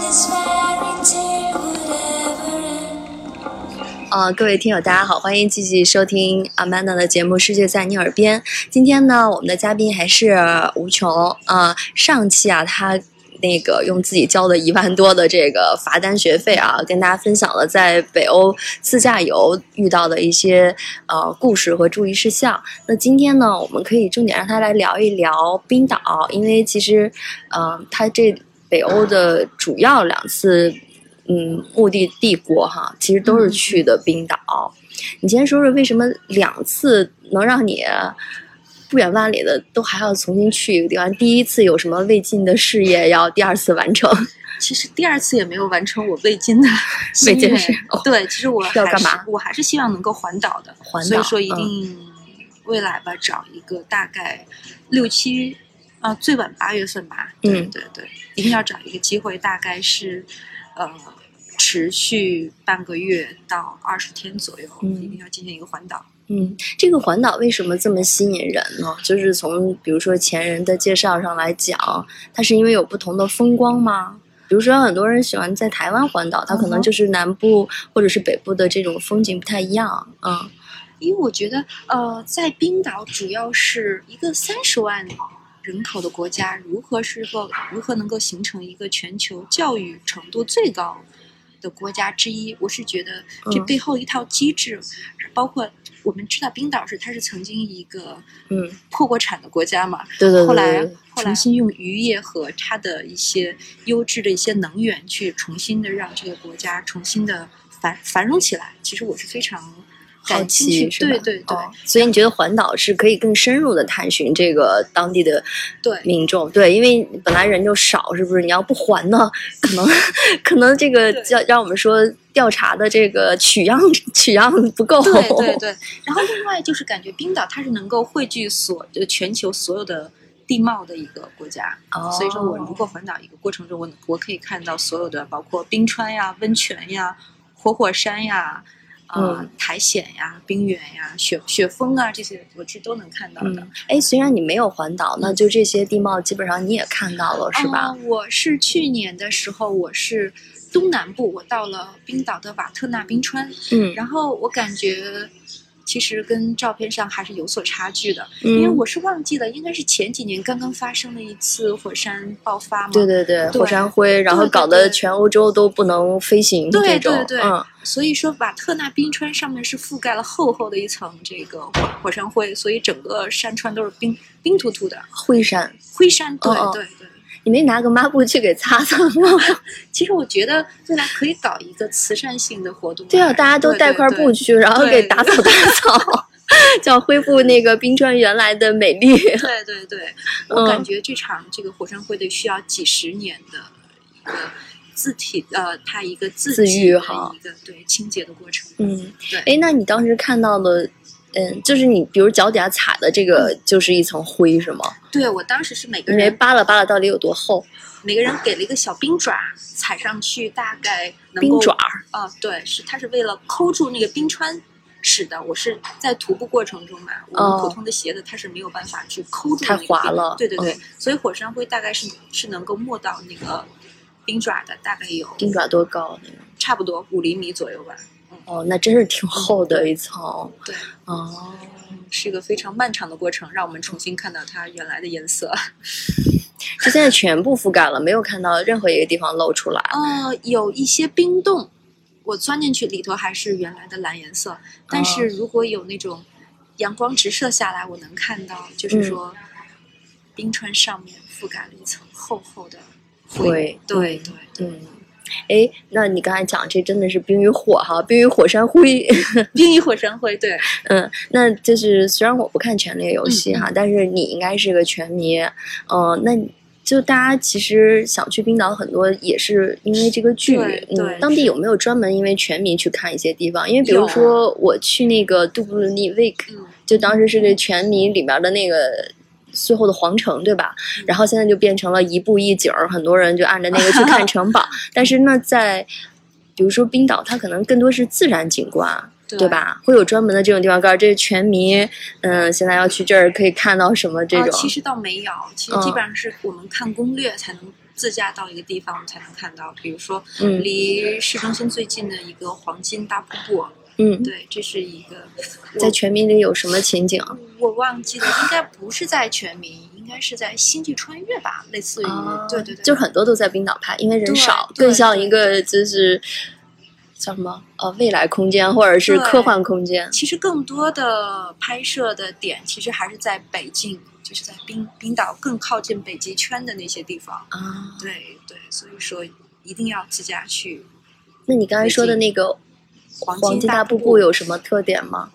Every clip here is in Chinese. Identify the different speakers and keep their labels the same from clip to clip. Speaker 1: this fairy tale would ever end.
Speaker 2: 呃，各位听友，大家好，欢迎继续收听阿曼达的节目《世界在你耳边》。今天呢，我们的嘉宾还是无穷。呃，上期啊，他那个用自己交的一万多的这个罚单学费啊，跟大家分享了在北欧自驾游遇到的一些呃故事和注意事项。那今天呢，我们可以重点让他来聊一聊冰岛，因为其实，呃，他这北欧的主要两次嗯目的帝国哈，其实都
Speaker 3: 嗯
Speaker 2: 是去的冰岛。你先说说为什么两次能让你不远万里的都还要重新去一个地方？第一次有什么未尽的事业要第二次完成？
Speaker 3: 其实第二次也没有完成我未 尽的心
Speaker 2: 尽
Speaker 3: 愿
Speaker 2: 是哦
Speaker 3: 对，其实我
Speaker 2: 要
Speaker 3: 还
Speaker 2: 干
Speaker 3: 是
Speaker 2: 嘛
Speaker 3: 我还是希望能够环岛的，
Speaker 2: 环
Speaker 3: 所
Speaker 2: 岛
Speaker 3: 以说一
Speaker 2: 嗯
Speaker 3: 定未来吧，找一个大概六七啊，最晚八月份吧。对
Speaker 2: 嗯
Speaker 3: 对对，一定要找一个机会，大概是呃持续半个月到二十天左右，
Speaker 2: 嗯
Speaker 3: 一定要进行一个环岛。
Speaker 2: 嗯，这个环岛为什么这么吸引人呢？就是从比如说前人的介绍上来讲，它是因为有不同的风光吗？比如说，很多人喜欢在台湾环岛，它可能
Speaker 3: 嗯哼
Speaker 2: 就是南部或者是北部的这种风景不太一样。嗯
Speaker 3: 因为我觉得，呃，在冰岛主要是一个三十万人口的国家，如何是个如何能够形成一个全球教育程度最高的国家之一，我是觉得这
Speaker 2: 嗯
Speaker 3: 背后一套机制，包括我们知道冰岛是它是曾经一个
Speaker 2: 嗯，
Speaker 3: 破过产的国家嘛，
Speaker 2: 对对对对。
Speaker 3: 后来
Speaker 2: 对
Speaker 3: 后来
Speaker 2: 重
Speaker 3: 呃重
Speaker 2: 新
Speaker 3: 新用渔业和它的一些优质的一些能源去重新的让这个国家重新的繁繁荣起来。其实我是非常
Speaker 2: 好
Speaker 3: 感兴趣
Speaker 2: 奇，是吧
Speaker 3: 对对对、
Speaker 2: 哦所以你觉得环岛是可以更深入的探寻这个当地的
Speaker 3: 对。
Speaker 2: 民众？对，因为本来人就少，是不是？你要不环呢，可能可能这个
Speaker 3: 对
Speaker 2: 叫让我们说调查的这个取样取样不够。
Speaker 3: 对对对，然后另外就是感觉冰岛它是能够汇聚所就全球所有的地貌的一个国家，
Speaker 2: 哦
Speaker 3: 所以说我如果环岛一个过程中，我能我可以看到所有的包括冰川呀、温泉呀、活火山呀、啊、
Speaker 2: 嗯
Speaker 3: 苔藓呀、冰原呀、雪雪峰啊这些，我是都能看到的。
Speaker 2: 嗯，哎，虽然你没有环岛，那就这些地貌基本上你也看到了，是吧？
Speaker 3: 啊我是去年的时候，我是东南部，我到了冰岛的瓦特纳冰川，
Speaker 2: 嗯
Speaker 3: 然后我感觉其实跟照片上还是有所差距的，因为
Speaker 2: 嗯，
Speaker 3: 我是忘记了，应该是前几年刚刚发生了一次火山爆发嘛。
Speaker 2: 对对对，
Speaker 3: 对
Speaker 2: 火山灰，然后
Speaker 3: 对对
Speaker 2: 搞得
Speaker 3: 对
Speaker 2: 全欧洲都不能飞行这
Speaker 3: 对
Speaker 2: 种。
Speaker 3: 对对
Speaker 2: 嗯
Speaker 3: 所以说瓦特纳冰川上面是覆盖了厚厚的一层这个火火山灰，所以整个山川都是冰冰突突的
Speaker 2: 灰山，
Speaker 3: 灰山。对
Speaker 2: 哦哦
Speaker 3: 对对。
Speaker 2: 你没拿个抹布去给擦擦吗？
Speaker 3: 其实我觉得未来可以搞一个慈善性的活动。
Speaker 2: 对啊，大家都带块布
Speaker 3: 去。
Speaker 2: 去，然后给
Speaker 3: 对
Speaker 2: 打扫打扫， 叫恢复那个冰川原来的美丽。
Speaker 3: 对对对，
Speaker 2: 嗯
Speaker 3: 我感觉这场这个火山会得需要几十年的一个自体呃，它一个自
Speaker 2: 自
Speaker 3: 己
Speaker 2: 愈
Speaker 3: 的
Speaker 2: 哈
Speaker 3: 一个对清洁的过程。
Speaker 2: 嗯，
Speaker 3: 对
Speaker 2: 哎，那你当时看到的，嗯，就是你比如脚底下踩的这个，就是一层灰是吗？
Speaker 3: 对我当时是每个
Speaker 2: 你没
Speaker 3: 人
Speaker 2: 扒拉扒拉到底有多厚？
Speaker 3: 每个人给了一个小冰爪，踩上去大概能够
Speaker 2: 冰爪儿，
Speaker 3: 啊、对，是它是为了抠住那个冰川。使的，我是在徒步过程中嘛，我们
Speaker 2: 哦
Speaker 3: 普通的鞋子它是没有办法去抠住
Speaker 2: 太
Speaker 3: 那个
Speaker 2: 滑
Speaker 3: 冰
Speaker 2: 了
Speaker 3: 对对对，
Speaker 2: 嗯
Speaker 3: 所以火山灰大概是是能够没到那个冰爪的，大概有
Speaker 2: 冰爪多高？
Speaker 3: 差不多五厘米左右吧。
Speaker 2: 哦，那真是挺厚的一层。
Speaker 3: 嗯对，
Speaker 2: 哦，
Speaker 3: 嗯是一个非常漫长的过程，让我们重新看到它原来的颜色。
Speaker 2: 就现在全部覆盖了，没有看到任何一个地方露出来。
Speaker 3: 呃，有一些冰冻，我钻进去里头还是原来的蓝颜色，但是如果有那种阳光直射下来，我能看到，就是说、冰川上面覆盖了一层厚厚的
Speaker 2: 灰
Speaker 3: 灰。对对对，
Speaker 2: 嗯，哎，那你刚才讲这真的是冰与火哈，冰与火山灰。
Speaker 3: 冰与火山灰，对，
Speaker 2: 嗯，那就是虽然我不看《权力游戏》
Speaker 3: 嗯
Speaker 2: 哈，但是你应该是个拳迷。嗯、那你就大家其实想去冰岛，很多也是因为这个剧。
Speaker 3: 对
Speaker 2: 嗯
Speaker 3: 对，
Speaker 2: 当地有没有专门因为拳迷去看一些地方？因为比如
Speaker 3: 有啊
Speaker 2: 说我去那个杜布尼 Week，
Speaker 3: 嗯，
Speaker 2: 就当时是这拳迷里面的那个。最后的皇城，对吧？
Speaker 3: 嗯
Speaker 2: 然后现在就变成了一步一景儿，很多人就按着那个去看城 堡。但是呢，在比如说冰岛，它可能更多是自然景观，
Speaker 3: 对
Speaker 2: 对？吧？会有专门的这种地方告诉这是全迷，嗯、现在要去这儿可以看到什么这
Speaker 3: 啊
Speaker 2: 种，
Speaker 3: 其实倒没有，其实基本上是我们看攻略才能自驾到一个地方才能看到，比如说
Speaker 2: 嗯
Speaker 3: 离市中心最近的一个黄金大瀑布，
Speaker 2: 嗯，
Speaker 3: 对，这是一个
Speaker 2: 在全民里有什么情景？
Speaker 3: 我我忘记了，应该不是在全民，应该是在星际穿越吧，类似于、
Speaker 2: 啊，
Speaker 3: 对对对，
Speaker 2: 就是很多都在冰岛拍，因为人
Speaker 3: 对
Speaker 2: 少，
Speaker 3: 对
Speaker 2: 更像
Speaker 3: 对
Speaker 2: 一个就是叫什么呃未来空间或者是
Speaker 3: 对
Speaker 2: 科幻空间。
Speaker 3: 其实更多的拍摄的点，其实还是在北境，就是在冰冰岛更靠近北极圈的那些地方。
Speaker 2: 啊，
Speaker 3: 对对，所以说一定要自驾去
Speaker 2: 那你刚才说的
Speaker 3: 北
Speaker 2: 那个
Speaker 3: 黄
Speaker 2: 黄金
Speaker 3: 大
Speaker 2: 大瀑布有什么特点吗？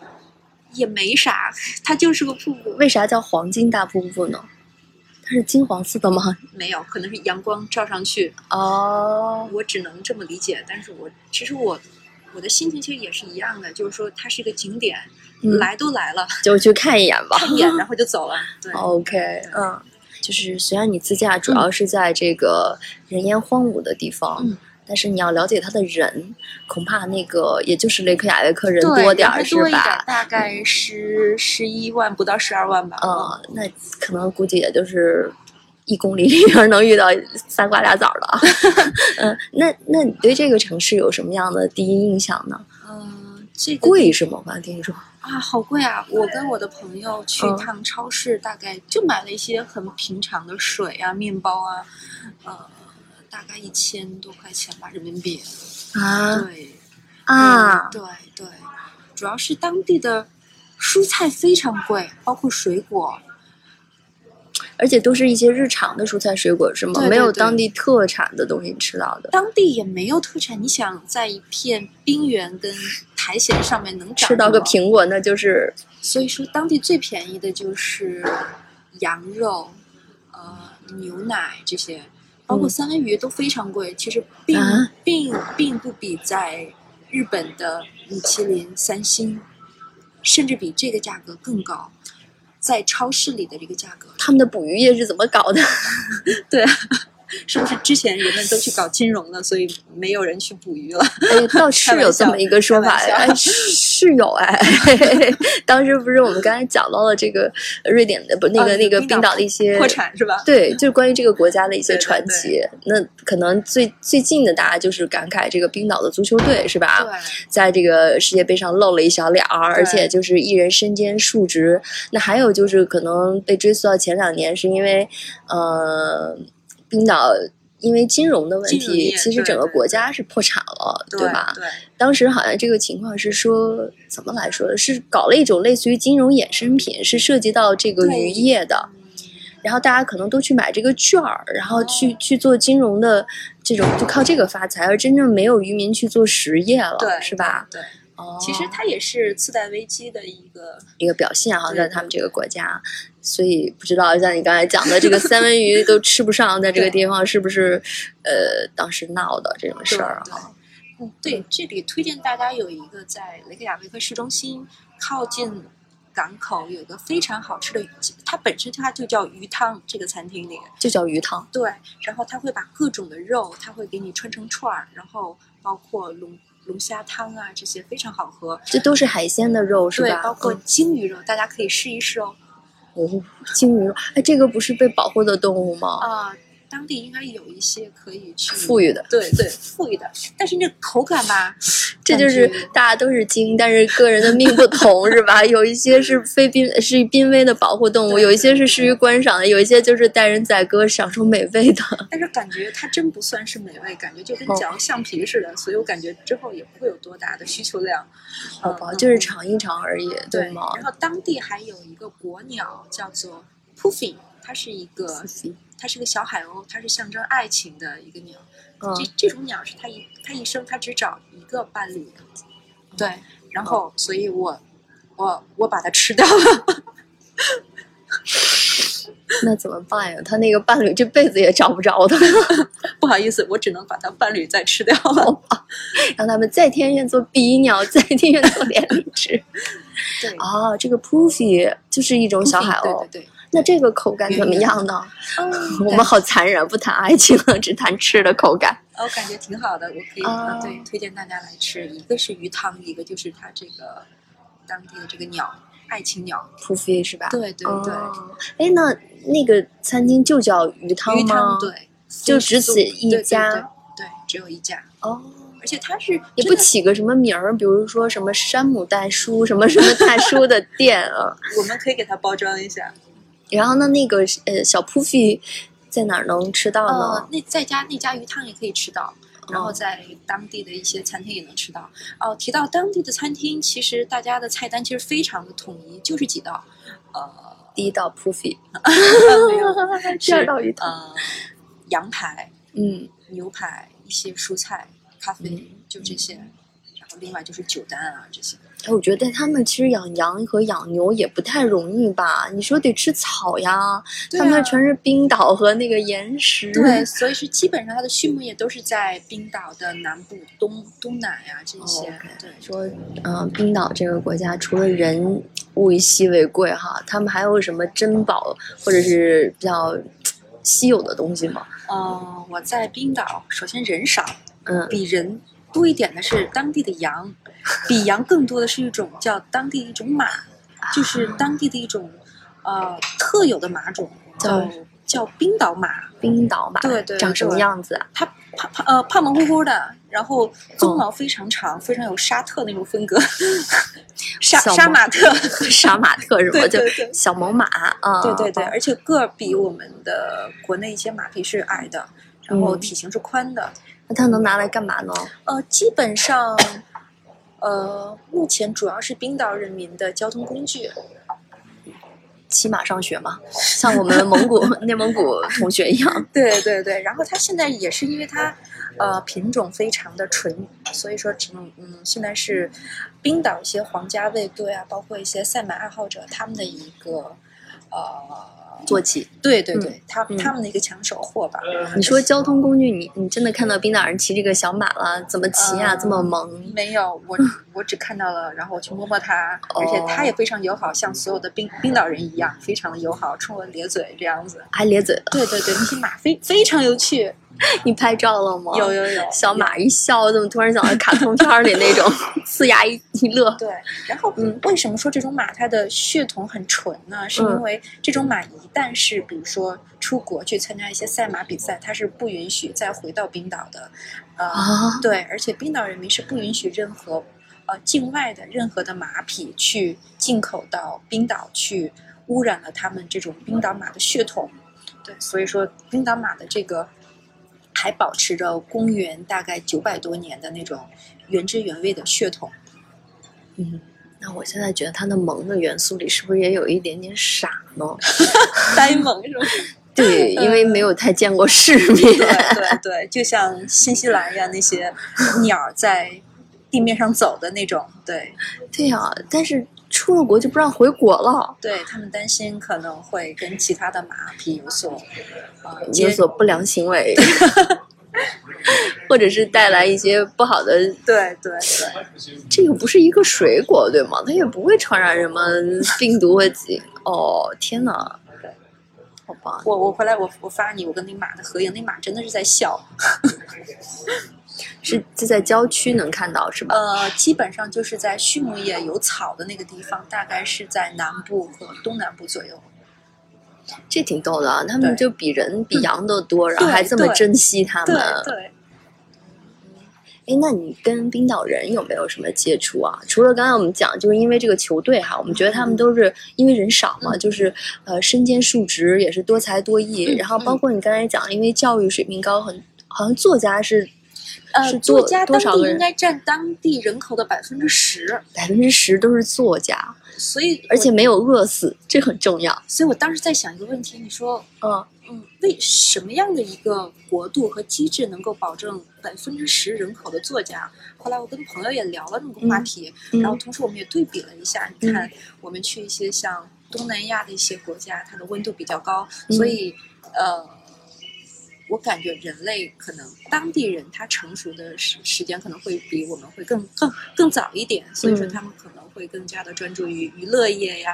Speaker 3: 也没啥，它就是个瀑布，
Speaker 2: 为啥叫黄金大瀑布呢？它是金黄色的吗？
Speaker 3: 没有，可能是阳光照上去，
Speaker 2: 哦，
Speaker 3: 我只能这么理解。但是我其实我我的心情其实也是一样的，就是说它是一个景点，
Speaker 2: 嗯
Speaker 3: 来都来了，
Speaker 2: 就去看一眼吧。
Speaker 3: 看一眼然后就走了。对，
Speaker 2: OK，嗯，就是虽然你自驾主要是在这个人烟荒芜的地方，
Speaker 3: 嗯
Speaker 2: 但是你要了解他的人，恐怕那个也就是雷克雅未克人
Speaker 3: 对
Speaker 2: 多点
Speaker 3: 人
Speaker 2: 儿
Speaker 3: 还
Speaker 2: 是
Speaker 3: 多一点
Speaker 2: 吧？
Speaker 3: 大概十十一万不到十二万吧。
Speaker 2: 嗯，那可能估计也就是一公里里边儿能遇到仨瓜俩枣儿的 啊。嗯，那那你对这个城市有什么样的第一印象呢？
Speaker 3: 嗯，这个
Speaker 2: 贵是吗？我刚听说
Speaker 3: 啊，好贵啊！我跟我的朋友去一
Speaker 2: 嗯
Speaker 3: 趟超市，大概就买了一些很平常的水啊、面包啊，呃，大概一千多块钱吧人民币。
Speaker 2: 啊
Speaker 3: 对
Speaker 2: 啊
Speaker 3: 嗯，对对，主要是当地的蔬菜非常贵，包括水果。
Speaker 2: 而且都是一些日常的蔬菜水果是吗？
Speaker 3: 对对
Speaker 2: 没有
Speaker 3: 对
Speaker 2: 当地特产的东西吃到的。
Speaker 3: 当地也没有特产，你想在一片冰原跟苔藓上面能长
Speaker 2: 吃到个
Speaker 3: 什么
Speaker 2: 苹果，那就是
Speaker 3: 所以说，当地最便宜的就是羊肉、呃牛奶这些，包括
Speaker 2: 嗯
Speaker 3: 三文鱼都非常贵。其实并、
Speaker 2: 啊
Speaker 3: 并并不比在日本的米其林三星，甚至比这个价格更高，在超市里的这个价格，
Speaker 2: 他们的捕鱼业是怎么搞的？
Speaker 3: 是不是之前人们都去搞金融了，所以没有人去捕鱼了？
Speaker 2: 哎， 倒是有这么一个说法，
Speaker 3: 开玩笑开
Speaker 2: 哎，是是有哎。 当时不是我们刚才讲到了这个瑞典的不那个、
Speaker 3: 啊
Speaker 2: 那个
Speaker 3: 冰岛
Speaker 2: 冰岛的一些
Speaker 3: 破产是吧？
Speaker 2: 对，就是关于这个国家的一些
Speaker 3: 对对
Speaker 2: 传奇。那可能最最近的，大家就是感慨这个冰岛的足球队是吧？在这个世界杯上露了一小脸儿，
Speaker 3: 对
Speaker 2: 而且就是一人身兼数职。那还有就是可能被追溯到前两年，是因为呃，冰岛因为金融的问
Speaker 3: 金融业
Speaker 2: 题，其实
Speaker 3: 对
Speaker 2: 整个
Speaker 3: 对
Speaker 2: 国家是破产了，
Speaker 3: 对
Speaker 2: 吧？
Speaker 3: 对，
Speaker 2: 当时好像这个情况是说怎么来说的？是搞了一种类似于金融衍生品，是涉及到这个
Speaker 3: 对
Speaker 2: 渔业的。然后大家可能都去买这个券儿，然后
Speaker 3: 哦
Speaker 2: 去、去做金融的这种，就靠这个发财，而真正没有渔民去做实业了，
Speaker 3: 对
Speaker 2: 是吧？
Speaker 3: 对，
Speaker 2: 哦，
Speaker 3: 其实它也是次贷危机的一个
Speaker 2: 一个表现哈，
Speaker 3: 对
Speaker 2: 在
Speaker 3: 对
Speaker 2: 他们这个国家，所以不知道像你刚才讲的，这个三文鱼都吃不上，在这个
Speaker 3: 对
Speaker 2: 地方是不是呃当时闹的这种事儿
Speaker 3: 对
Speaker 2: 啊？
Speaker 3: 对嗯，对，这里推荐大家有一个在雷克雅未克市中心靠近港口有一个非常好吃的鱼，它本身它就叫鱼汤这个餐厅里，
Speaker 2: 就叫鱼汤
Speaker 3: 对，然后它会把各种的肉，它会给你穿成串儿，然后包括龙龙虾汤啊这些非常好喝，
Speaker 2: 这都是海鲜的肉是
Speaker 3: 对，
Speaker 2: 吧？
Speaker 3: 包括
Speaker 2: 嗯
Speaker 3: 鲸鱼肉，大家可以试一试哦。
Speaker 2: 哦，鲸鱼肉，哎，这个不是被保护的动物吗？
Speaker 3: 啊、当地应该有一些可以去
Speaker 2: 富裕的，
Speaker 3: 对 对，富裕的，但是那口感吧，
Speaker 2: 这
Speaker 3: 感
Speaker 2: 就是
Speaker 3: 觉
Speaker 2: 大家都是鲸，但是个人的命不同，是 吧？有一些是非濒是濒危的保护动物，
Speaker 3: 对
Speaker 2: 有一些
Speaker 3: 对
Speaker 2: 是
Speaker 3: 对
Speaker 2: 适于观赏的，有一些就是带人宰割享受美味 的。
Speaker 3: 但是感觉它真不算是美味，感觉就跟
Speaker 2: 哦
Speaker 3: 嚼橡皮似的，所以我感觉之后也不会有多大的需求量。
Speaker 2: 好吧，
Speaker 3: 嗯
Speaker 2: 就是
Speaker 3: 嗯
Speaker 2: 尝一尝而已，
Speaker 3: 对
Speaker 2: 吗？
Speaker 3: 然后当地还有一个国鸟叫做 puffin，它是一个它是个小海鸥，它是象征爱情的一个鸟。
Speaker 2: 嗯
Speaker 3: 这这种鸟是它一它一生它只找一个伴侣的，
Speaker 2: 嗯
Speaker 3: 对。然后，所以我我我把它吃掉了。
Speaker 2: 那怎么办呀？他那个伴侣这辈子也找不着他，
Speaker 3: 不好意思，我只能把它伴侣再吃掉
Speaker 2: 哦
Speaker 3: 了。
Speaker 2: 让他们在天愿做比翼鸟，在地愿做连理枝。
Speaker 3: 对，
Speaker 2: 哦，这个 Puffy 就是一种小海鸥，
Speaker 3: 对对对。
Speaker 2: 那这个口感怎么样呢？
Speaker 3: 嗯
Speaker 2: 我们好残忍，啊不谈爱情了，只谈吃的口感。
Speaker 3: 哦，感觉挺好的，我可以、
Speaker 2: 啊
Speaker 3: 呃对推荐大家来吃。一个是鱼汤，一个就是它这个当地的这个鸟，爱情鸟。
Speaker 2: Puffy 是吧？
Speaker 3: 对对对，
Speaker 2: 哦哎，那那个餐厅就叫鱼汤吗？
Speaker 3: 鱼汤对，
Speaker 2: 就只此一家
Speaker 3: 对对对，对，只有一家，
Speaker 2: 哦，
Speaker 3: 而且它是
Speaker 2: 也
Speaker 3: 真
Speaker 2: 不
Speaker 3: 的
Speaker 2: 起个什么名儿，比如说什么山姆大叔、什么什么大叔的店啊。
Speaker 3: 我们可以给它包装一下。
Speaker 2: 然后呢，那个呃小 Puffy 在哪儿能吃到
Speaker 3: 呃
Speaker 2: 呢？，
Speaker 3: 那在家那家鱼汤也可以吃到，然后
Speaker 2: 嗯哦
Speaker 3: 在当地的一些餐厅也能吃到。哦、提到当地的餐厅，其实大家的菜单其实非常的统一，就是几道，呃，
Speaker 2: 第一道 Puffy，
Speaker 3: 没有，
Speaker 2: 第二道鱼汤，
Speaker 3: 呃，羊排、
Speaker 2: 嗯，
Speaker 3: 牛排、一些蔬菜、咖啡，
Speaker 2: 嗯
Speaker 3: 就这些。然后另外就是酒单啊这些。
Speaker 2: 哎，我觉得他们其实养羊和养牛也不太容易吧？你说得吃草呀，
Speaker 3: 对
Speaker 2: 他们
Speaker 3: 啊
Speaker 2: 那全是冰岛和那个岩石，
Speaker 3: 对，所以是基本上它的畜牧业都是在冰岛的南部、东东南呀、这些。
Speaker 2: 哦，OK
Speaker 3: 对，
Speaker 2: 说，嗯、冰岛这个国家除了人物以稀为贵哈，他们还有什么珍宝或者是比较嘖稀有的东西吗？
Speaker 3: 呃，我在冰岛，首先人少，
Speaker 2: 嗯，
Speaker 3: 比人多一点的是当地的羊，比羊更多的是一种叫当地一种马，就是当地的一种呃特有的马种，叫
Speaker 2: 叫
Speaker 3: 叫冰岛马。
Speaker 2: 冰岛吧，
Speaker 3: 对对
Speaker 2: 长什么
Speaker 3: 对
Speaker 2: 样子啊？
Speaker 3: 它胖胖呃胖胖乎乎的，然后
Speaker 2: 哦
Speaker 3: 鬃毛非常长，非常有沙特那种风格，沙
Speaker 2: 小
Speaker 3: 杀
Speaker 2: 毛
Speaker 3: 马特。
Speaker 2: 杀马特什么
Speaker 3: 对
Speaker 2: 就
Speaker 3: 对对
Speaker 2: 小猛犸啊，
Speaker 3: 对对对，
Speaker 2: 啊
Speaker 3: 而且个儿比我们的国内一些马匹是矮的，然后
Speaker 2: 嗯
Speaker 3: 体型是宽的。
Speaker 2: 那它能拿来干嘛呢？
Speaker 3: 呃，基本上，呃，目前主要是冰岛人民的交通工具。
Speaker 2: 骑马上学嘛，像我们蒙 古内蒙古同学一样，
Speaker 3: 对对对，然后它现在也是因为它，呃，品种非常的纯，所以说只能嗯，现在是冰岛一些皇家卫队啊，包括一些赛马爱好者他们的一个，呃，
Speaker 2: 坐骑。
Speaker 3: 对对对，他
Speaker 2: 嗯
Speaker 3: 他们的一个抢手货吧。
Speaker 2: 你说交通工具，你你真的看到冰岛人骑这个小马了？怎么骑啊？
Speaker 3: 呃
Speaker 2: 这么萌？
Speaker 3: 没有，我我只看到了，然后我去摸摸它，
Speaker 2: 嗯哦
Speaker 3: 而且它也非常友好，像所有的冰冰岛人一样，非常的友好，冲我咧嘴这样子。
Speaker 2: 还咧嘴了？
Speaker 3: 对对对，那些马非非常有趣，
Speaker 2: 你拍照了吗？
Speaker 3: 有有有
Speaker 2: 小马一笑，怎么突然想到卡通片儿里那 种呲牙一一乐？
Speaker 3: 对，然后
Speaker 2: 嗯
Speaker 3: 为什么说这种马它的血统很纯呢？是因为这种马一旦是比如说出国去参加一些赛马比赛，它是不允许再回到冰岛的，呃，
Speaker 2: 啊
Speaker 3: 对，而且冰岛人民是不允许任何呃境外的任何的马匹去进口到冰岛去污染了他们这种冰岛马的血统，对，所以说冰岛马的这个。还保持着公元大概九百多年的那种原汁原味的血统，
Speaker 2: 嗯，那我现在觉得它的萌的元素里是不是也有一点点傻 呢？
Speaker 3: 呆萌是吧？
Speaker 2: 对，因为没有太见过世面。
Speaker 3: 对对对，就像新西兰呀那些鸟儿在地面上走的那种，对
Speaker 2: 对呀、但是出了国就不让回国了，
Speaker 3: 对，他们担心可能会跟其他的马匹有所呃
Speaker 2: 有
Speaker 3: 接
Speaker 2: 所不良行 为，或者是带来一些不好的。
Speaker 3: 对对对，
Speaker 2: 这又不是一个水果，对吗？它也不会传染什么病毒和疾。哦，天哪！好吧，
Speaker 3: 我我回来我我发你我跟那马的合影，那马真的是在笑，嗯
Speaker 2: 是就在郊区能看到是吧？
Speaker 3: 呃，基本上就是在畜牧业有草的那个地方，大概是在南部和东南部左右。
Speaker 2: 这挺逗的啊，他们
Speaker 3: 对嗯
Speaker 2: 就比人比羊都多，然后
Speaker 3: 对
Speaker 2: 还这么
Speaker 3: 对
Speaker 2: 珍惜他
Speaker 3: 对
Speaker 2: 们。
Speaker 3: 对，
Speaker 2: 哎，那你跟冰岛人有没有什么接触啊？除了刚才我们讲，就是因为这个球队哈，我们觉得他
Speaker 3: 嗯
Speaker 2: 们都是因为人少嘛，就是呃身兼数职，也是多才多艺。
Speaker 3: 嗯
Speaker 2: 然后包括你刚才讲，因为教育水平高，很好像作家是
Speaker 3: 呃
Speaker 2: 是，
Speaker 3: 作
Speaker 2: 多
Speaker 3: 家
Speaker 2: 多
Speaker 3: 当
Speaker 2: 少
Speaker 3: 地
Speaker 2: 个人
Speaker 3: 应该占当地人口的百分之十，
Speaker 2: 百分之十都是作家，
Speaker 3: 所以
Speaker 2: 而
Speaker 3: 我
Speaker 2: 且没有饿死，这很重要。
Speaker 3: 所以我当时在想一个问题，你说，
Speaker 2: 嗯，
Speaker 3: 嗯，为什么样的一个国度和机制能够保证百分之十人口的作家？后来我跟朋友也聊了这么个话题，
Speaker 2: 嗯
Speaker 3: 然后同时我们也对比了一下，你看我们去一些像东南亚的一些国家，它的温度比较高，
Speaker 2: 嗯
Speaker 3: 所以呃，我感觉人类可能当地人他成熟的时时间可能会比我们会更更更早一点，所以说
Speaker 2: 嗯
Speaker 3: 他们可能会更加的专注于娱乐业呀，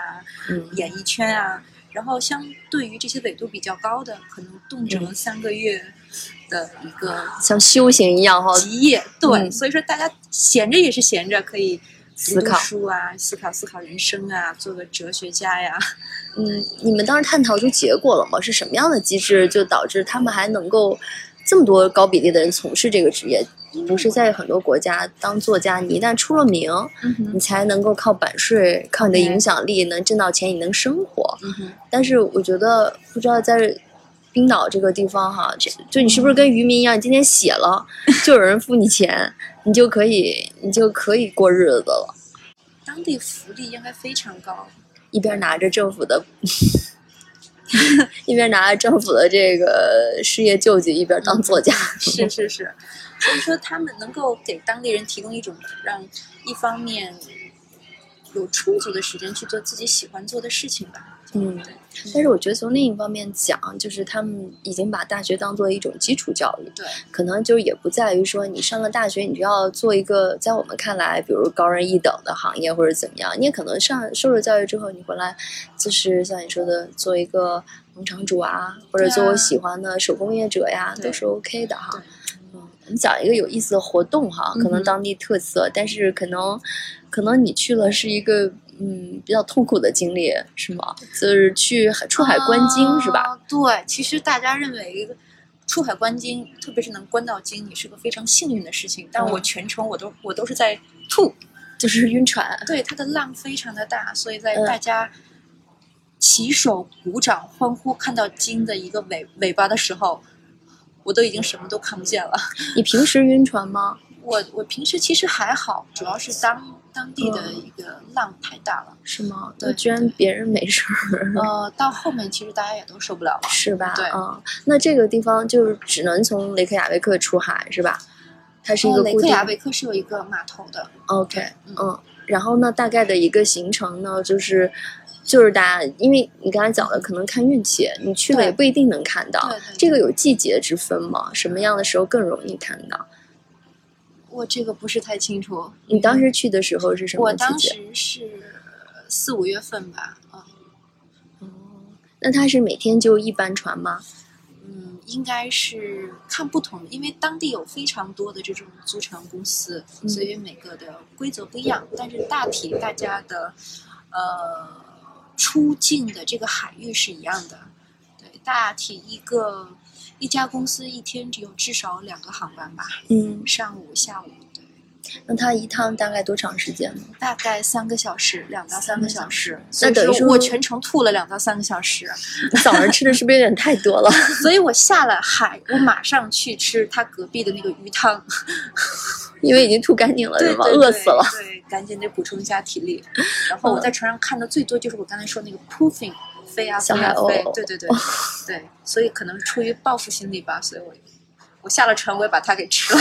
Speaker 2: 嗯
Speaker 3: 演艺圈啊，然后相对于这些纬度比较高的，可能动辄
Speaker 2: 嗯
Speaker 3: 三个月的一个
Speaker 2: 像修行一样哈，
Speaker 3: 极夜，对，
Speaker 2: 嗯
Speaker 3: 所以说大家闲着也是闲着，可以
Speaker 2: 思
Speaker 3: 读
Speaker 2: 考
Speaker 3: 读。书啊，思考思考人生啊，做个哲学家呀。
Speaker 2: 嗯，你们当时探讨出结果了吗？是什么样的机制就导致他们还能够这么多高比例的人从事这个职业？不是在很多国家当作家，你一旦出了名，
Speaker 3: 嗯哼
Speaker 2: 你才能够靠版税、靠你的
Speaker 3: 对
Speaker 2: 影响力能挣到钱，你能生活。
Speaker 3: 嗯哼，
Speaker 2: 但是我觉得，不知道在冰岛这个地方哈，这就你是不是跟渔民一样，你今天写了，就有人付你钱，你就可以你就可以过日子了，
Speaker 3: 当地福利应该非常高。
Speaker 2: 一边拿着政府的。一边拿着政府的这个失业救济，一边当作家。
Speaker 3: 是是是，所以说他们能够给当地人提供一种让一方面有充足的时间去做自己喜欢做的事情吧。
Speaker 2: 嗯
Speaker 3: 对，
Speaker 2: 但是我觉得从另一方面讲，就是他们已经把大学当做一种基础教育，
Speaker 3: 对，
Speaker 2: 可能就也不在于说你上了大学，你就要做一个在我们看来，比如高人一等的行业或者怎么样。你也可能上受了教育之后，你回来就是像你说的，做一个农场主啊，或者
Speaker 3: 对啊
Speaker 2: 做我喜欢的手工业者呀，
Speaker 3: 对
Speaker 2: 都是 OK 的哈
Speaker 3: 对。
Speaker 2: 嗯，我们讲一个有意思的活动哈，可
Speaker 3: 嗯
Speaker 2: 能
Speaker 3: 哼
Speaker 2: 当地特色，但是可能可能你去了是一个嗯比较痛苦的经历，是吗？就是去海出海观鲸、是吧？
Speaker 3: 啊？对，其实大家认为一个出海观鲸，特别是能观到鲸，你是个非常幸运的事情。但我
Speaker 2: 嗯
Speaker 3: 全程我都我都是在吐，
Speaker 2: 就是晕船。
Speaker 3: 对它的浪非常的大，所以在
Speaker 2: 嗯
Speaker 3: 大家起手鼓掌欢呼看到鲸的一个尾尾巴的时候，我都已经什么都看不见了。
Speaker 2: 你平时晕船吗？
Speaker 3: 我我平时其实还好，主要是当当地的
Speaker 2: 嗯
Speaker 3: 一个浪太大了，
Speaker 2: 是吗？
Speaker 3: 对
Speaker 2: 就居然别人没事儿，
Speaker 3: 呃，到后面其实大家也都受不了了。
Speaker 2: 是吧？
Speaker 3: 对
Speaker 2: 嗯，那这个地方就是只能从雷克雅未克出海，是吧？它是一
Speaker 3: 呃
Speaker 2: 个
Speaker 3: 雷
Speaker 2: 固
Speaker 3: 克
Speaker 2: 定、
Speaker 3: 雅维克是有一个码头的，
Speaker 2: OK，
Speaker 3: 嗯
Speaker 2: 嗯，然后呢，大概的一个行程呢，就是就是大家，因为你刚才讲了，可能看运气，你去了
Speaker 3: 对
Speaker 2: 也不一定能看到
Speaker 3: 对对。对
Speaker 2: 这个有季节之分吗？什么样的时候更容易看到？
Speaker 3: 我这个不是太清楚。
Speaker 2: 你当时去的时候是什
Speaker 3: 我
Speaker 2: 么季
Speaker 3: 当
Speaker 2: 节？
Speaker 3: 时是四五月份吧，啊，
Speaker 2: 哦，那它是每天就一班船吗？
Speaker 3: 嗯，应该是看不同的，因为当地有非常多的这种租船公司，
Speaker 2: 嗯
Speaker 3: 所以每个的规则不一样，但是大体大家的呃出境的这个海域是一样的。对，大体一个一家公司一天只有至少两个航班吧，
Speaker 2: 嗯，
Speaker 3: 上午、下午。对，
Speaker 2: 那它一趟大概多长时间呢？
Speaker 3: 大概三个小时，两到三个小时。
Speaker 2: 那等于
Speaker 3: 所以
Speaker 2: 说
Speaker 3: 说我全程吐了两到三个小 时，
Speaker 2: 你早上吃的是不是有点太多了？
Speaker 3: 所以我下了海，我马上去吃他隔壁的那个鱼汤。
Speaker 2: 因为已经吐干净了，
Speaker 3: 对
Speaker 2: 是吗？
Speaker 3: 对
Speaker 2: 哎饿死了。 嗯
Speaker 3: 对，对赶紧得补充一下体力。然后我在船上看的最多就是我刚才说那个 poofing，飞啊
Speaker 2: 小哦
Speaker 3: 飞
Speaker 2: 海
Speaker 3: 啊
Speaker 2: 鸥
Speaker 3: 飞，对对对对，所以可能出于报复心理吧，所以我我下了船我也把它给吃了。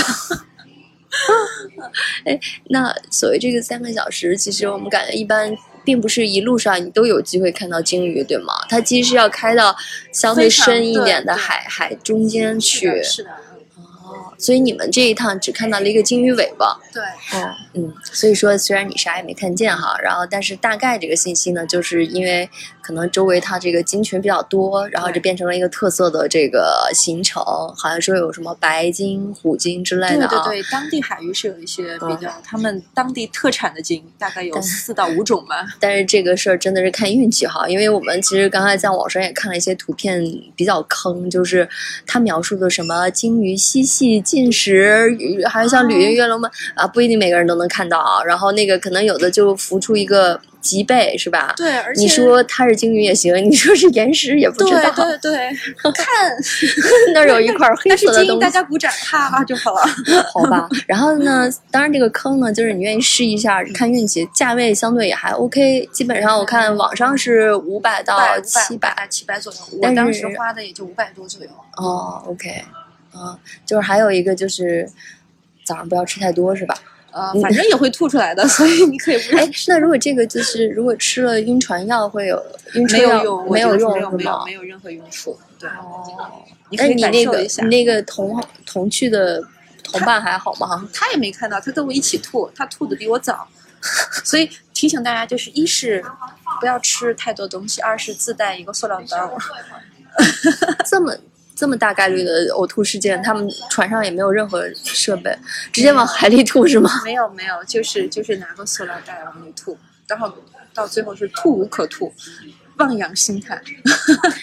Speaker 2: 那所谓这个三个小时，其实我们感觉一般，并不是一路上你都有机会看到鲸鱼，对吗？它其实是要开到相对
Speaker 3: 非常
Speaker 2: 深一点的
Speaker 3: 对对
Speaker 2: 海海中间去。
Speaker 3: 是的，是的，嗯
Speaker 2: 哦，所以你们这一趟只看到了一个鲸鱼尾巴。
Speaker 3: 对，
Speaker 2: 哦，嗯，所以说虽然你啥也没看见哈，然后但是大概这个信息呢，就是因为可能周围它这个鲸群比较多，然后就
Speaker 3: 对
Speaker 2: 变成了一个特色的这个行程，好像说有什么白鲸、虎鲸之类
Speaker 3: 对
Speaker 2: 的啊。嗯
Speaker 3: 对对，当地海域是有一些比较他们当地特产的鲸，大概有
Speaker 2: 但
Speaker 3: 四到五种吧。
Speaker 2: 但是这个事儿真的是看运气哈，因为我们其实刚才在网上也看了一些图片，比较坑，就是他描述的什么鲸鱼嬉戏、进食，鱼还有像鲤
Speaker 3: 哦
Speaker 2: 鱼跃龙门、啊，不一定每个人都能看到啊。然后那个可能有的就浮出一个脊背是吧？
Speaker 3: 对，而且
Speaker 2: 你说它是鲸鱼也行，你说是岩石也不
Speaker 3: 对
Speaker 2: 知道，
Speaker 3: 对对，看，
Speaker 2: 那儿有一块黑
Speaker 3: 但是
Speaker 2: 色的
Speaker 3: 鲸
Speaker 2: 东
Speaker 3: 大
Speaker 2: 西，
Speaker 3: 家鼓掌哈哈就好了。
Speaker 2: 好 吧。然后呢，当然这个坑呢，就是你愿意试一下，
Speaker 3: 嗯
Speaker 2: 看运气，价位相对也还 OK。基本上我看网上是五百到七百，
Speaker 3: 百七百左右，
Speaker 2: 但
Speaker 3: 我当时
Speaker 2: 是
Speaker 3: 花的也就五百多左右。
Speaker 2: 哦，OK，嗯，就是还有一个就是早上不要吃太多， 是吧？
Speaker 3: 呃，
Speaker 2: 嗯
Speaker 3: 反 正也会吐出来的，所以你可以不
Speaker 2: 哎
Speaker 3: 用。，
Speaker 2: 那如果这个就是如果吃了晕船药会有晕
Speaker 3: 没
Speaker 2: 船
Speaker 3: 有
Speaker 2: 药
Speaker 3: 用，我觉
Speaker 2: 有
Speaker 3: 得是
Speaker 2: 用
Speaker 3: 没有
Speaker 2: 是
Speaker 3: 没有
Speaker 2: 吗
Speaker 3: 没？有任何用处。对，
Speaker 2: 哦，
Speaker 3: 你
Speaker 2: 那
Speaker 3: 可以
Speaker 2: 你
Speaker 3: 感
Speaker 2: 那
Speaker 3: 受
Speaker 2: 个
Speaker 3: 一下
Speaker 2: 你。那个同同去的同伴还好吗？
Speaker 3: 他也没看到，他跟我一起吐，他吐的比我早，所以提醒大家，就是一是不要吃太多东西，二是自带一个塑料包。
Speaker 2: 这么这么大概率的呕吐事件，他们船上也没有任何设备，直接往海里吐是吗？
Speaker 3: 没有没有，就是就是拿个塑料袋往里吐，然后到最后是吐无可吐，望洋兴叹。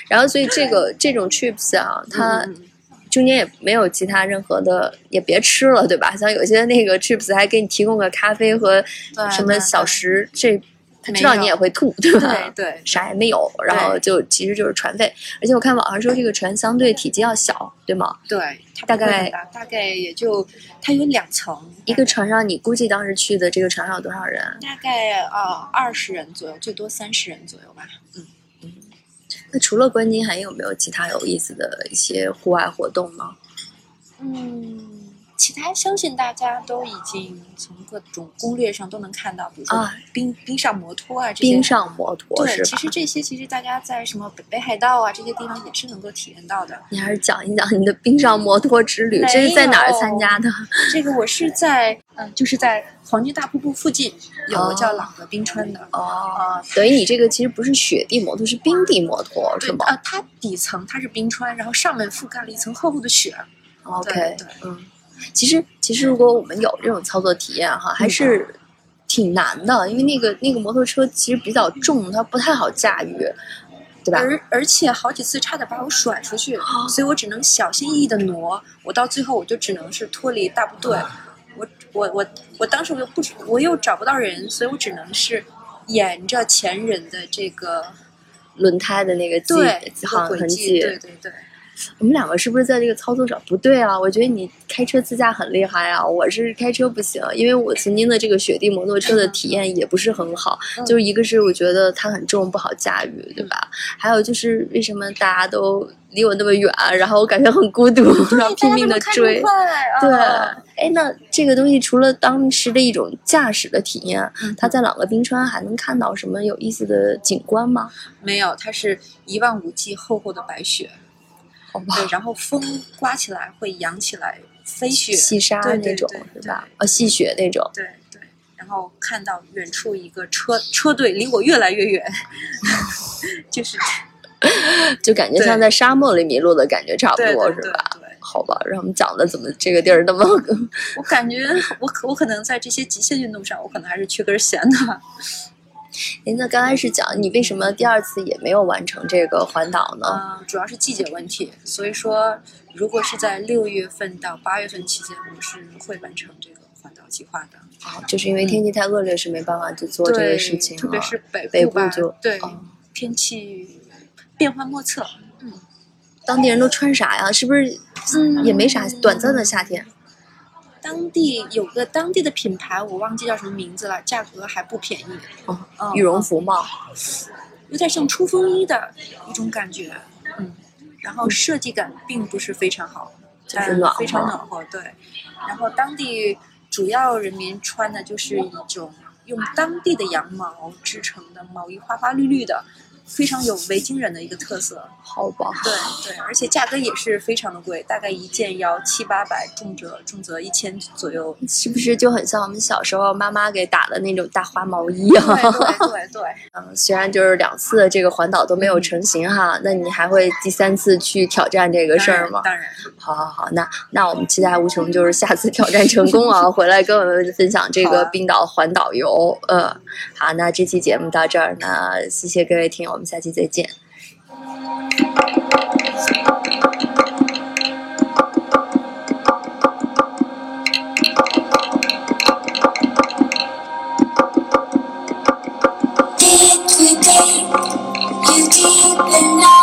Speaker 2: 然后所以这个这种 chips 啊，它
Speaker 3: 嗯
Speaker 2: 中间也没有其他任何的，也别吃了，对吧？像有些那个 chips 还给你提供个咖啡和
Speaker 3: 对
Speaker 2: 什么
Speaker 3: 对
Speaker 2: 小
Speaker 3: 对
Speaker 2: 食，这他
Speaker 3: 没
Speaker 2: 知道你
Speaker 3: 有
Speaker 2: 也会吐，对吧？
Speaker 3: 对对，
Speaker 2: 啥也没有，然后就其实就是船费，而且我看网上说这个船相对体积要小，对吗？
Speaker 3: 对，它
Speaker 2: 大
Speaker 3: 不会
Speaker 2: 概
Speaker 3: 很大大概也就它有两层，
Speaker 2: 一个船上你估计当时去的这个船上有多少人？
Speaker 3: 大概呃二十人左右，最多三十人左右吧。
Speaker 2: 那除了观鲸，还有没有其他有意思的一些户外活动吗？
Speaker 3: 嗯，其他相信大家都已经从各种攻略上都能看到，比如说
Speaker 2: 啊
Speaker 3: 冰、冰上摩托啊这些。
Speaker 2: 冰上摩托是
Speaker 3: 对，
Speaker 2: 吧？
Speaker 3: 其实这些其实大家在什么北北海道啊这些地方也是能够体验到的。
Speaker 2: 你还是讲一讲你的冰上摩托之旅，
Speaker 3: 没
Speaker 2: 这是在哪儿
Speaker 3: 有
Speaker 2: 参加的？
Speaker 3: 这个我是在嗯、就是在黄金大瀑布附近有
Speaker 2: 哦
Speaker 3: 个叫朗格冰川的。
Speaker 2: 哦，
Speaker 3: 啊，
Speaker 2: 等于你这个其实不是雪地摩托，是冰地摩托
Speaker 3: 对
Speaker 2: 是，吗
Speaker 3: 呃，它底层它是冰川，然后上面覆盖了一层厚厚的雪。
Speaker 2: ？OK，
Speaker 3: 对对
Speaker 2: 嗯，其实其实如果我们有这种操作体验
Speaker 3: 嗯
Speaker 2: 哈，还是挺难的，因为那个那个摩托车其实比较重，它不太好驾驭，对吧？
Speaker 3: 而而且好几次差点把我甩出去，
Speaker 2: 哦
Speaker 3: 所以我只能小心翼翼的挪。我到最后我就只能是脱离大部队，
Speaker 2: 哦
Speaker 3: 我我我我当时我又不知我又找不到人，所以我只能是沿着前人的这个
Speaker 2: 轮胎的那个迹
Speaker 3: 对这
Speaker 2: 好
Speaker 3: 个
Speaker 2: 痕
Speaker 3: 轨迹，
Speaker 2: 迹，
Speaker 3: 对对对，
Speaker 2: 我们两个是不是在这个操作上不对啊？我觉得你开车自驾很厉害啊，我是开车不行，因为我曾经的这个雪地摩托车的体验也不是很好，
Speaker 3: 嗯
Speaker 2: 就是一个是我觉得它很重，不好驾驭，对吧？还有就是为什么大家都离我那么远，然后我感觉很孤独，
Speaker 3: 嗯
Speaker 2: 然后拼命的追。对，哎，那这个东西除了当时的一种驾驶的体验，
Speaker 3: 嗯
Speaker 2: 它在朗格冰川还能看到什么有意思的景观吗？
Speaker 3: 没有，它是一望无际厚厚的白雪，
Speaker 2: 好吧，
Speaker 3: 对，然后风刮起来会扬起来飞雪，
Speaker 2: 细沙
Speaker 3: 对
Speaker 2: 那
Speaker 3: 对
Speaker 2: 种
Speaker 3: 对
Speaker 2: 是
Speaker 3: 对
Speaker 2: 吧？哦，细雪那种。
Speaker 3: 对对，然后看到远处一个车车队离我越来 越远，就是
Speaker 2: 就感觉
Speaker 3: 对
Speaker 2: 像在沙漠里迷路的感觉差不
Speaker 3: 对
Speaker 2: 多，
Speaker 3: 对
Speaker 2: 是
Speaker 3: 对
Speaker 2: 吧？
Speaker 3: 对，
Speaker 2: 好吧，让我们讲的怎么这个地儿那么……
Speaker 3: 我感觉我可我可能在这些极限运动上，我可能还是缺根弦的吧。
Speaker 2: 哎，那刚开始讲你为什么第二次也没有完成这个环岛呢？
Speaker 3: 嗯、主要是季节问题，所以说如果是在六月份到八月份期间，我是会完成这个环岛计划的。
Speaker 2: 哦，就是因为天气太恶劣，是没办法去做这个事情了。
Speaker 3: 嗯
Speaker 2: 啊
Speaker 3: 特别是北
Speaker 2: 北
Speaker 3: 部吧，
Speaker 2: 部就
Speaker 3: 对、
Speaker 2: 哦
Speaker 3: 天气变幻莫测。
Speaker 2: 当地人都穿啥呀？是不是
Speaker 3: 嗯
Speaker 2: 也没啥短暂的夏天？
Speaker 3: 当地有个当地的品牌，我忘记叫什么名字了，价格还不便宜，
Speaker 2: 哦，
Speaker 3: 嗯
Speaker 2: 羽绒服嘛，
Speaker 3: 有点像冲锋衣的一种感觉，嗯，然后设计感并不是非常好，
Speaker 2: 就是
Speaker 3: 但
Speaker 2: 暖和
Speaker 3: 非常暖和，对。然后当地主要人民穿的就是一种用当地的羊毛织成的毛衣，花花绿绿的，非常有维京人的一个特色，
Speaker 2: 好吧？
Speaker 3: 对对，而且价格也是非常的贵，大概一件要七八百，重则重则一千 左右。
Speaker 2: 是不是就很像我们小时候妈妈给打的那种大花毛衣
Speaker 3: 对
Speaker 2: 啊？
Speaker 3: 对对对，
Speaker 2: 嗯，虽然就是两次的这个环岛都没有
Speaker 3: 嗯
Speaker 2: 成型哈，那你还会第三次去挑战这个事儿吗？
Speaker 3: 当然，
Speaker 2: 好好好，那那我们期待无穷，就是下次挑战成功 啊，回来跟我们分享这
Speaker 3: 好
Speaker 2: 个
Speaker 3: 啊
Speaker 2: 冰岛环岛游。呃，好，那这期节目到这儿呢，那谢谢各位听友，我们下期再见。
Speaker 1: Did we take you deep enough?